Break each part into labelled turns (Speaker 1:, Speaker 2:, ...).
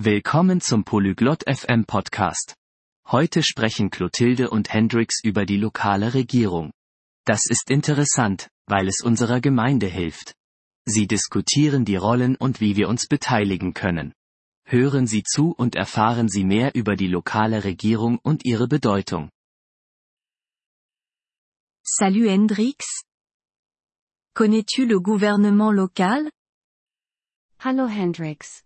Speaker 1: Willkommen zum Polyglot FM Podcast. Heute sprechen Clotilde und Hendrix über die lokale Regierung. Das ist interessant, weil es unserer Gemeinde hilft. Sie diskutieren die Rollen und wie wir uns beteiligen können. Hören Sie zu und erfahren Sie mehr über die lokale Regierung und ihre Bedeutung.
Speaker 2: Salut Hendrix. Connais-tu le gouvernement local?
Speaker 3: Hallo Hendrix.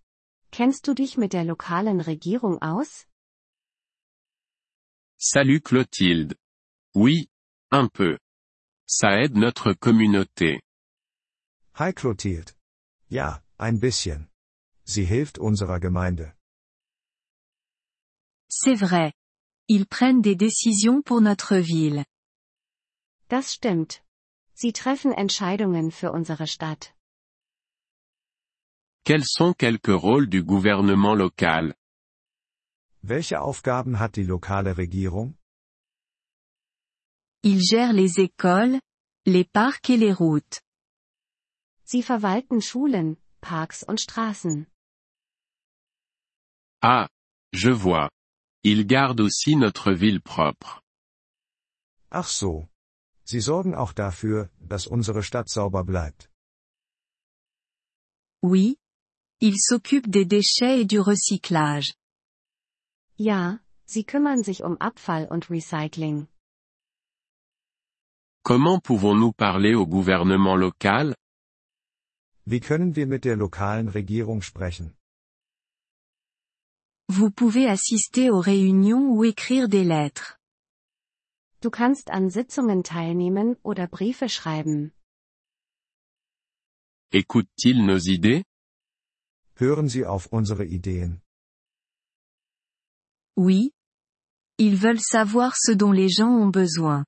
Speaker 3: Kennst du dich mit der lokalen Regierung aus?
Speaker 4: Salut Clotilde. Oui, un peu. Ça aide notre communauté.
Speaker 5: Hi Clotilde. Ja, ein bisschen. Sie hilft unserer Gemeinde.
Speaker 2: C'est vrai. Ils prennent des décisions pour notre ville.
Speaker 3: Das stimmt. Sie treffen Entscheidungen für unsere Stadt.
Speaker 4: Quels sont quelques rôles du gouvernement local
Speaker 5: Welche Aufgaben hat die lokale Regierung?
Speaker 2: Ils gèrent les écoles, les parcs et les routes.
Speaker 3: Sie verwalten Schulen, Parks und Straßen.
Speaker 4: Ah, je vois. Ils gardent aussi notre ville propre.
Speaker 5: Ach so. Sie sorgen auch dafür, dass unsere Stadt sauber bleibt.
Speaker 2: Oui. Ils s'occupent des déchets et du recyclage.
Speaker 3: Ja, sie kümmern sich um Abfall und Recycling.
Speaker 4: Comment pouvons-nous parler au gouvernement local
Speaker 5: Wie können wir mit der lokalen Regierung sprechen?
Speaker 2: Vous pouvez assister aux réunions ou écrire des lettres.
Speaker 3: Du kannst an Sitzungen teilnehmen oder Briefe schreiben.
Speaker 4: Écoute-t-il nos idées
Speaker 5: Hören Sie auf unsere Ideen.
Speaker 2: Oui. Ils veulent savoir ce dont les gens ont besoin.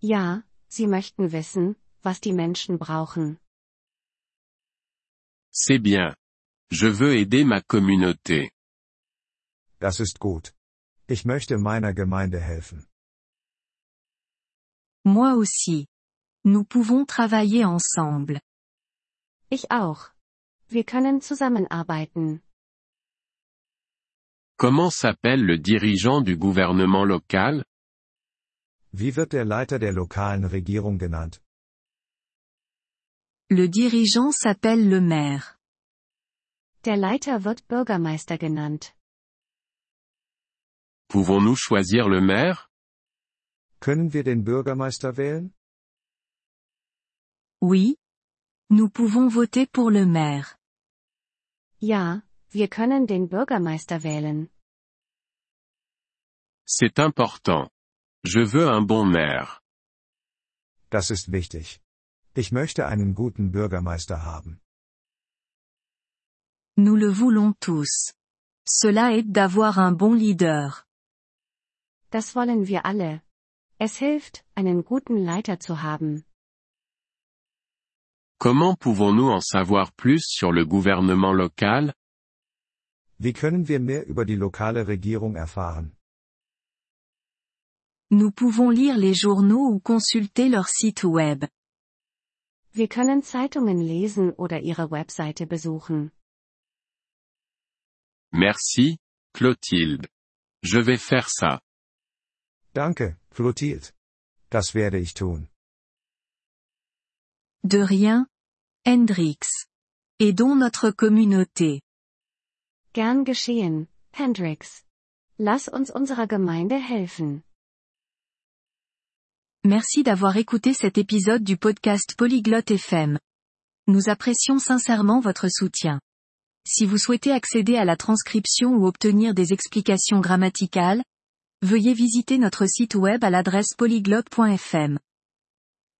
Speaker 3: Ja, sie möchten wissen, was die Menschen brauchen.
Speaker 4: C'est bien. Je veux aider ma communauté.
Speaker 5: Das ist gut. Ich möchte meiner Gemeinde helfen.
Speaker 2: Moi aussi. Nous pouvons travailler ensemble.
Speaker 3: Ich auch. Wir können zusammenarbeiten.
Speaker 4: Comment s'appelle le dirigeant du gouvernement local
Speaker 5: Wie wird der Leiter der lokalen Regierung genannt?
Speaker 2: Le dirigeant s'appelle le maire.
Speaker 3: Der Leiter wird Bürgermeister genannt.
Speaker 4: Pouvons-nous choisir le maire
Speaker 5: Können wir den Bürgermeister wählen?
Speaker 2: Oui. Nous pouvons voter pour le maire.
Speaker 3: Ja, wir können den Bürgermeister wählen.
Speaker 4: C'est important. Je veux un bon maire.
Speaker 5: Das ist wichtig. Ich möchte einen guten Bürgermeister haben.
Speaker 2: Nous le voulons tous. Cela aide d'avoir un bon leader.
Speaker 3: Das wollen wir alle. Es hilft, einen guten Leiter zu haben.
Speaker 4: Comment pouvons-nous en savoir plus sur le gouvernement local
Speaker 5: Wie können wir mehr über die lokale Regierung erfahren?
Speaker 2: Nous pouvons lire les journaux ou consulter leur site web.
Speaker 3: Wir können Zeitungen lesen oder ihre Webseite besuchen.
Speaker 4: Merci, Clotilde. Je vais faire ça.
Speaker 5: Danke, Clotilde. Das werde ich tun.
Speaker 2: De rien. Hendrix. Aidons notre communauté.
Speaker 3: Gern geschehen, Hendrix. Lass uns unserer Gemeinde helfen.
Speaker 2: Merci d'avoir écouté cet épisode du podcast Polyglotte FM. Nous apprécions sincèrement votre soutien. Si vous souhaitez accéder à la transcription ou obtenir des explications grammaticales, veuillez visiter notre site web à l'adresse polyglotte.fm.